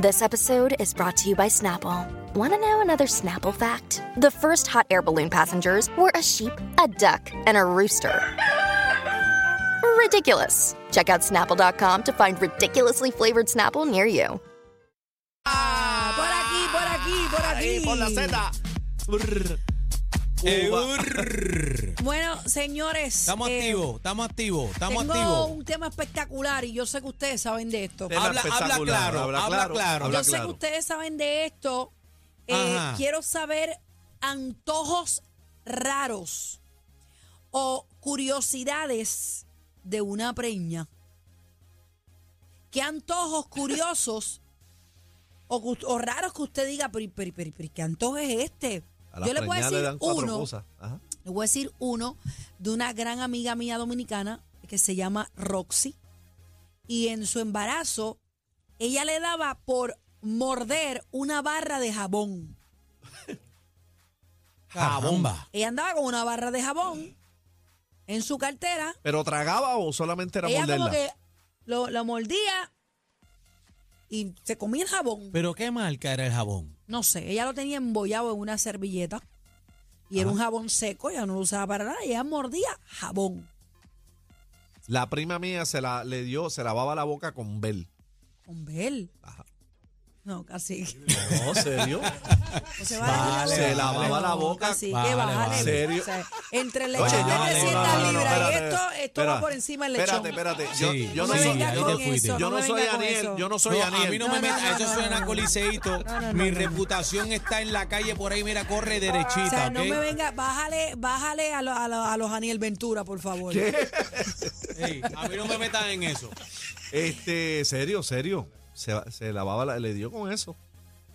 This episode is brought to you by Snapple. Want to know another Snapple fact? The first hot air balloon passengers were a sheep, a duck, and a rooster. Ridiculous. Check out snapple.com to find ridiculously flavored Snapple near you. Por aquí, por aquí, por aquí. Ahí, por la Z. Brr. Eh, Uva. brr. Bueno, señores. Estamos eh, activos, estamos activos, estamos tengo activos. un tema espectacular y yo sé que ustedes saben de esto. Tema Habla- habla espectacular, claro, habla claro. yo sé que ustedes saben de esto. Eh, Ajá. quiero saber antojos raros o curiosidades de una preña. ¿Qué antojos curiosos o, gu- o raros que usted diga, pero, pero, pero, pero, ¿qué antojo es este? A las yo le puedo preñadas le decir dan cuatro uno. cosas. Ajá. Le voy a decir uno de una gran amiga mía dominicana que se llama Roxy. Y en su embarazo, ella le daba por morder una barra de jabón. Ah, bomba. Ella andaba con una barra de jabón en su cartera. ¿Pero tragaba o solamente era ella morderla? como que lo, lo mordía y se comía el jabón. Pero qué marca era el jabón. No sé, ella lo tenía embollado en una servilleta. Y era un jabón seco, ella no lo usaba para nada. Ella mordía jabón La prima mía se la le dio, se lavaba la boca con Bel. con Bel. Ajá. No, casi. No, serio. No se va a Vale, dejar se hablar. lavaba la No, boca. Así Vale, que bájale. vale. Serio. O sea, entre el Oye, lechón de no, no, 300 no, no, no, libras y espérate, esto, esto espera. va por encima del lechón. Espérate, espérate. Sí, Yo, yo yo no me soy, venga yo, con eso, yo no no me soy venga con Aniel, eso. yo no soy No, Aniel. a mí no, No, me no, metas, no, eso no, suena no. a coliseíto. No, no, no, Mi no. reputación está en la calle por ahí, mira, corre O derechita, sea, no ¿ok? me venga, bájale, bájale a, lo- a, lo- a los Aniel Ventura, por favor. Sí, a mí no me metas en eso. Este, serio, serio. Se, se lavaba, la- le dio con eso.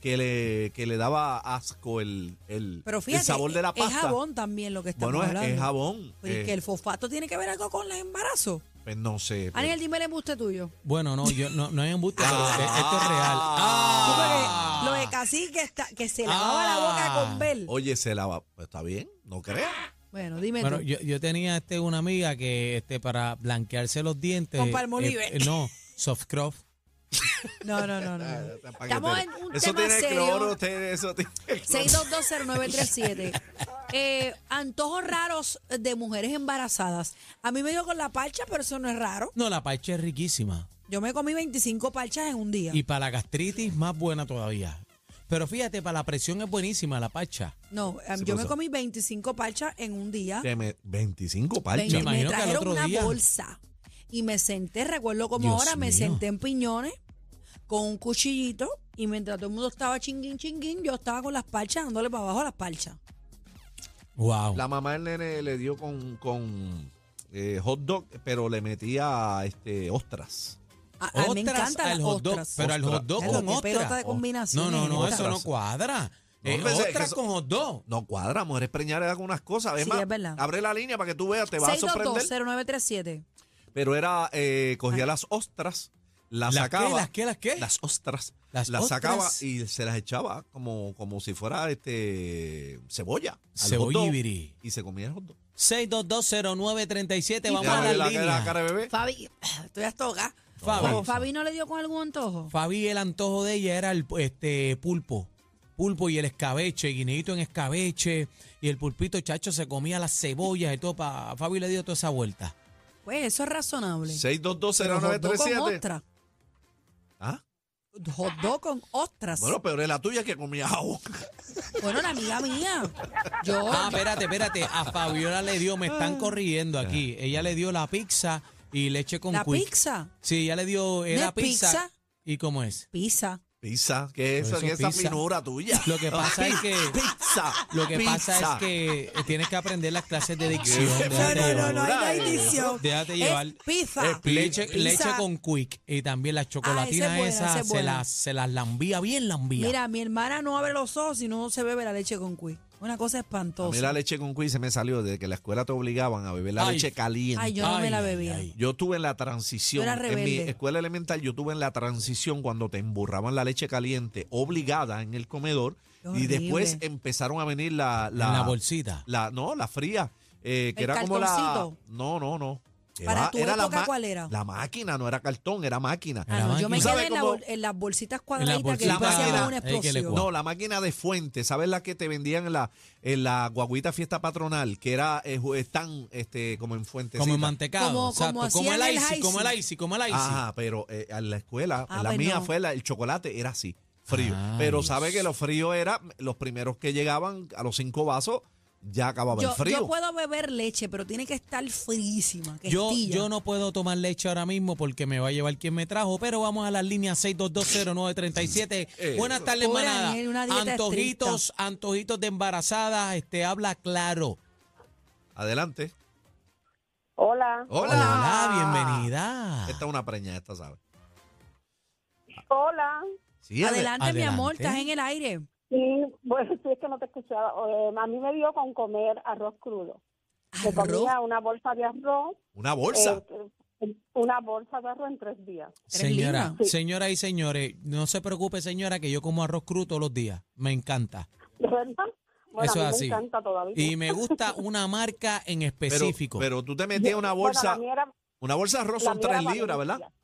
Que le, que le daba asco el, el, Pero el fíjate, sabor de la pasta. es jabón también lo que estamos Bueno, es, hablando. es jabón. Pero eh, es que el fosfato tiene que ver algo con los embarazos. pues no sé. pero- Aniel, dime el embuste tuyo. Bueno, no, yo no, no hay embuste, pero Ah. e- esto es real. Tú, Ah, porque Lo de cacique está, que se lavaba la boca Ah. con Bel. Oye, se lava. Pues está bien, no creas. Bueno, dime Bueno, tú. yo, yo tenía este una amiga que este para blanquearse los dientes. Con Palmolive. eh, eh, no, soft crop. No, no, no, no. no. Estamos en un eso tema tiene serio. cloro, usted, eso tiene cloro. 6220937. Eh, antojos raros de mujeres embarazadas. A mí me dio con la parcha, pero eso no es raro. No, la parcha es riquísima. Yo me comí 25 parchas en un día. Y para la gastritis, más buena todavía. Pero fíjate, para la presión es buenísima la pacha. No, eh, yo me comí 25 parchas en un día. Que me- Veinte- 25 Me parchas. imagino que me al trajeron otro una día. bolsa y me senté, recuerdo como Dios ahora, me mío. senté en piñones con un cuchillito y mientras todo el mundo estaba chinguín, chinguín, yo estaba con las parchas dándole para abajo a las parchas. Wow. La mamá del nene le dio con, con eh, hot dog, pero le metía este, ostras. A, a- Ah, me encantan las al hot dog, ostras. pero al hot dog Ya lo con que pelota ostra. de combinación. No, no, no, ostras. eso no cuadra. No, Eh, hombre, que ostras eso- con hot dog. No cuadra, mujeres preñadas con unas cosas. Sí, es verdad. abre la línea para que tú veas, te vas a sorprender. 6220937. Pero era, eh, Ah. cogía las ostras, las, ¿Las sacaba. qué, las qué, las qué? Las ostras. Las Las, ostras. sacaba y se las echaba como, como si fuera este cebolla. al hot dog, Cebollibiri. Y se comía el hot dog. 6220937, Y vamos Fabi- a Déjame ver la la, cara- la línea. cara de bebé. Fabi, estoy hasta hogar. Fabi. Fabi. no le dio con algún antojo. Fabi, el antojo de ella era el este, pulpo. Pulpo y el escabeche, guineito en escabeche. Y el pulpito, chacho, se comía las cebollas y todo. Pa, Fabi le dio toda esa vuelta. Pues eso es razonable. Pero hot dog con 6220937. ostras. Ah, Hot dog con ostras. bueno, pero es la tuya que comía jabón. Bueno, la amiga mía. Yo. Ah, espérate, espérate. A Fabiola le dio, me Ah. están corriendo aquí. Ella le dio la pizza y leche con la quick. pizza. Sí, ella le dio eh, ¿No la es pizza. pizza? ¿Y cómo es? Pizza. Pizza, que eso, eso que esa pizza. finura tuya. Lo que pasa es que- Pizza. Lo que pasa pizza. es que eh, tienes que aprender las clases de dicción. No, no, déjate No, no, llevar. no, ahí no hay Déjate edición. Déjate Es llevar. pizza. Es pi- Leche, Pizza. leche con quick y también Ah, las chocolatinas buena, esa esas es se buena. las, se las lambía bien lambía. Mira, mi hermana no abre los ojos si no se bebe la leche con cuy. Una cosa A espantosa. mí la leche con cuy se me salió desde que la escuela te obligaban a beber la Ay. leche caliente. Ay, yo... yo no Ay, me la ay, bebía. ay. tuve en la Yo transición, era en mi rebelde. escuela elemental, yo tuve en la transición cuando te emburraban la leche caliente obligada en el comedor Qué y después horrible. empezaron a venir la... en la bolsita. la- no, la fría. eh, que ¿El era como la... cartoncito? No, no, no. ¿Para tu época ma- cuál era? La máquina, no era cartón, era máquina. Ah, no, yo me ¿Tú sabes quedé en, la cómo- bol- en las bolsitas En cuadraditas las que después bolsitas hacíamos una cuadradas, ahí que le explosión. cua- No, la máquina de fuente, ¿sabes la que te vendían en la, en la guaguita fiesta patronal? Que era eh, ju- están este, como en fuente. Como el mantecado. Como- exacto, como como hacían el el icy, como el icy. icy, como el icy. Ah, pero eh, en la escuela, Ah, la pues mía no. fue la- el chocolate, era así, frío. Ay. Pero sabe que lo frío era, los primeros que llegaban a los cinco vasos, ya acababa el Yo, frío. yo puedo beber leche, pero tiene que estar fríísima. Que Yo, estilla. yo no puedo tomar leche ahora mismo porque me va a llevar quien me trajo, pero vamos a las líneas 6220937. Eh, Buenas tardes, Pobre manada. Daniel, una dieta Antojitos, antojitos de embarazadas, este habla claro. Adelante. Hola, Hola. bienvenida. Esta es una preña, esta, ¿sabes? hola. Sí, ade- Adelante, mi amor, Adelante. estás en el aire. Sí, bueno, sí, es que no te escuchaba. Eh, a mí me dio con comer arroz crudo. Me Arroz. comía una bolsa de arroz, Una bolsa. Oh, eh, una bolsa de arroz en tres días. Tres Señora, libras. señora y señores, no se preocupe, señora, que yo como arroz crudo todos los días. Me encanta. ¿De verdad? Bueno, Eso a mí es así. me encanta todavía. Y me gusta una marca en pero, específico. pero tú te metías una Bueno, bolsa, la mía era- una bolsa de arroz la son mía era tres libras, valencia. ¿verdad?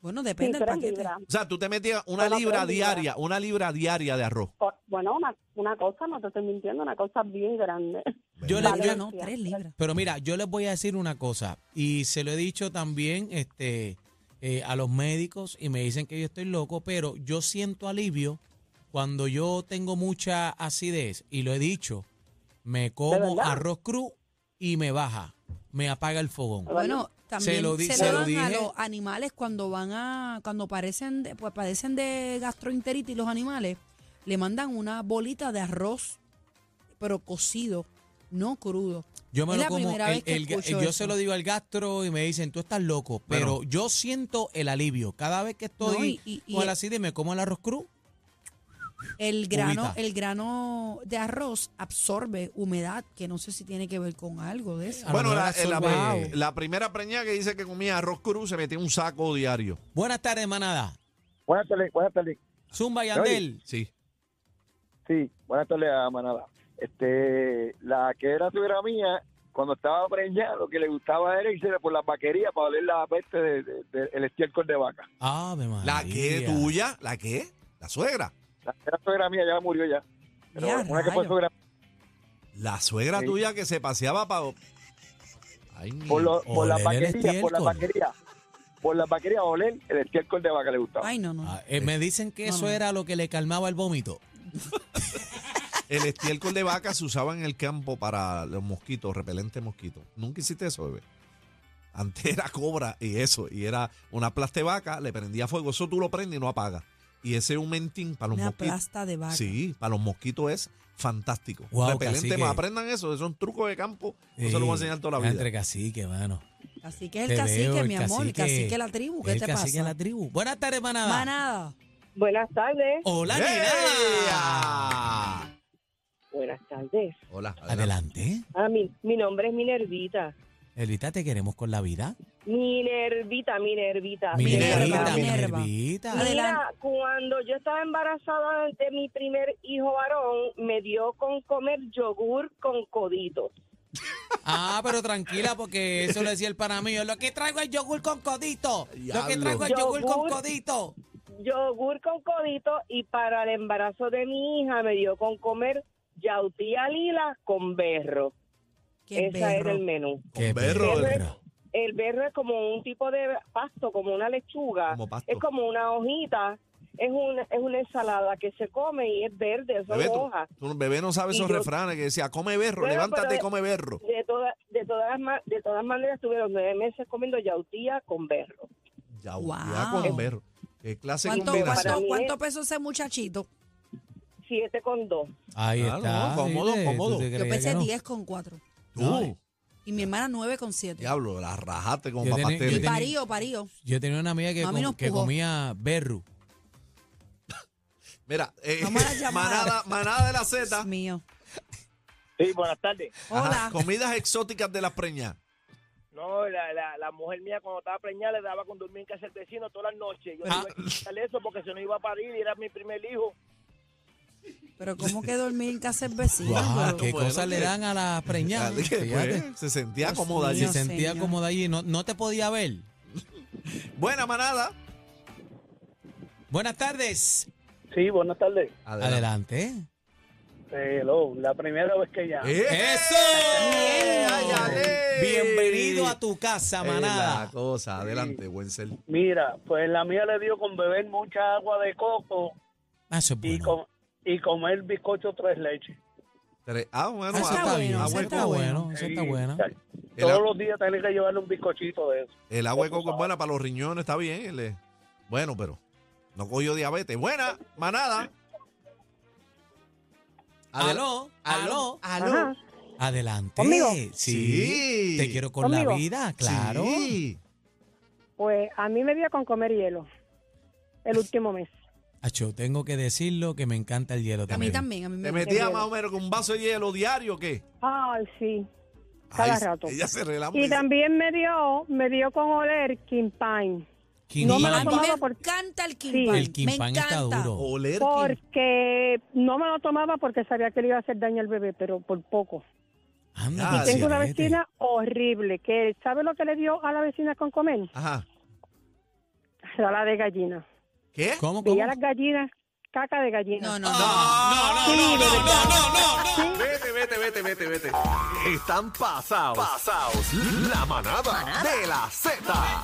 Bueno, Sí, depende del tres paquete. libras. O sea, tú te metías una Bueno, libra tres libras. diaria, una libra diaria de arroz. O- Bueno, una, una cosa, no te estoy mintiendo, una cosa bien grande. Yo le- Libra, yo- no, tres libras. Pero mira, yo les voy a decir una cosa, y se lo he dicho también este, eh, a los médicos, y me dicen que yo estoy loco, pero yo siento alivio cuando yo tengo mucha acidez, y lo he dicho, me como verdad? arroz cru y me baja, me apaga el fogón. Bueno, también se lo lo, di- se lo dan a dije. los animales cuando van a, cuando padecen de, pues, padecen de gastroenteritis los animales, le mandan una bolita de arroz, pero cocido, no crudo. Yo me es lo la como, primera el- vez que el ga- escucho yo eso. se lo digo al gastro y me dicen, tú estás loco, pero Bueno. yo siento el alivio. Cada vez que estoy No, y- y- y- con la acidez me como el arroz cru, El grano, Cubita. el grano de arroz absorbe humedad, que no sé si tiene que ver con algo de eso. A lo Bueno, mejor la, eh, era la- la- sorbete. la primera preñada que dice que comía arroz cru se metía en un saco diario. Buenas tardes, manada. Buenas tardes, buenas tardes. Zumba y oye? Andel. Sí. Sí, buenas tardes a Manada. Este, la que era suegra mía, cuando estaba preñada, lo que le gustaba era irse por la vaquería para oler la peste del de, de- el estiércol de vaca. Ave María. ¿La que tuya? ¿La que? ¿La suegra? La que era suegra mía, ya murió ya. Pero Ya, una que fue rayos. suegra La suegra Sí. tuya que se paseaba para... Ay, mi- por, lo- por la Oler el vaquería, por la estiércol. vaquería. Por la vaquería, oler el estiércol de vaca le gustaba. Ay, no, no. Ah, eh, me dicen que No, eso no. era lo que le calmaba el vómito. El estiércol de vaca se usaba en el campo para los mosquitos, repelente mosquito. Nunca hiciste eso, bebé. Antes era cobra y eso. Y era una plasta de vaca, le prendía fuego. Eso tú lo prendes y no apagas. Y ese mentín para los Una mosquitos. plasta de vaca. Sí, para los mosquitos es fantástico. Guau, Repelente, cacique. más aprendan eso, son trucos de campo. Eso Sí, lo voy a enseñar toda la vida. Entre cacique, mano. Así que es Te el cacique, veo, el mi amor, el cacique de la tribu. Uh, ¿Qué el te cacique de pasa? la tribu. Buenas tardes, manada. Manada. Buenas tardes. Hola, ¡Ey! nena. Buenas tardes. Hola, adelante. Adelante. A mí, mi nombre es Minervita. Elvita, te queremos con la vida. Minervita, Minervita. Minervita, Minerva. Minerva. Minervita. Minerva. Mira, cuando yo estaba embarazada de mi primer hijo varón, me dio con comer yogur con codito. Ah, pero tranquila, porque eso le decía el pana mío. Lo que traigo es yogur con codito. Lo que Diablo. traigo es yogur con Yogur. codito. Yogur con codito y para el embarazo de mi hija me dio con comer yautía lila con berro. Qué Ese era perro. el menú. Qué berro. perro. El berro es como un tipo de pasto, como una lechuga. Como pasto. Es como una hojita. Es, un, es una ensalada que se come y es verde, son Bebé, tú, hojas. tú, bebé no sabe Y esos yo- refranes que decía, come berro, Bueno, levántate y pero- come berro. De, toda- de, todas, ma- de todas maneras, tuve los nueve meses comiendo yautía con berro. Ya, Wow. ya con berro. Qué clase de ¿Cuánto, combinación. cuánto, mí cuánto es- pesó ese muchachito? siete con dos. Ahí Claro, está. no, cómodo, mire, cómodo. ¿tú te Yo creías que pensé no? 10 con 4. Tú, Y mi hermana 9 con 7. diablo, la rajaste como Yo tenía- yo papatero. tenía- Parío, parío. Yo tenía una amiga que, Mami com- nos que pujó. comía berru. Mira, eh, Vamos a la llamada. manada, manada de la Dios Z. mío. Sí, buenas tardes. Ajá, Hola. Comidas exóticas de las preñas. No, la, la, la mujer mía cuando estaba preñada le daba con dormir en casa del vecino todas las noches. Yo Ah. tuve que quitarle eso porque se no iba a parir y era mi primer hijo. Pero ¿cómo que dormí en casa del vecino? Guau, Pero- qué bueno, cosas le que- dan a las preñadas. Así que, fíjate. pues, se sentía Dios cómoda allí. se mío. sentía señor. cómoda allí. No, no te podía ver. Buena manada. Buenas tardes. Sí, buenas tardes. Adelante. Hello, la primera vez que llamo. ¡Eh! ¡Ay, ale! Bienvenido a tu casa, Eh, manada. La cosa, adelante, buen ser. Mira, pues la mía le dio con beber mucha agua de coco Ah, eso es y, bueno. com- y comer bizcocho tres leches. Tres- Ah, bueno, Eso Ah, está agua- bueno, bien, agua eso de está está coco. bueno, eso Sí, está bueno. o sea, El, Todos a- los días tenés que llevarle un bizcochito de eso. el agua de coco es buena para los riñones, está bien. él es- Bueno, pero no cogió diabetes. Buena, manada. Adel- Aló, aló, aló. Adelante. ¿Conmigo? Sí. Sí. Te quiero con ¿Conmigo? la vida, claro. Sí. Pues a mí me dio con comer hielo el último mes. Acho, tengo que decirlo que me encanta el hielo A mí también. también, a mí ¿Te me metía hielo. más o menos con un vaso de hielo diario o qué? Ay, sí. Cada Ay, rato. Ella se relambre. Y también me dio, me dio con oler King Pine. King No me lo A Pan. mí tomaba me por- encanta el Sí. quimpan. El me quimpan encanta. está duro. Oler. que- Porque no me lo tomaba porque sabía que le iba a hacer daño al bebé, pero por poco. Anda, Ah, Y con tengo una siete. vecina horrible que ¿sabe lo que le dio a la vecina con comer? Ajá. Sala de gallina. ¿Qué? ¿Cómo, cómo? Veía las gallinas, caca de gallina. No, no, no. Sí, de verdad. Vete, vete, vete, vete, vete. Están pasados. Pasados. La manada, de la Z.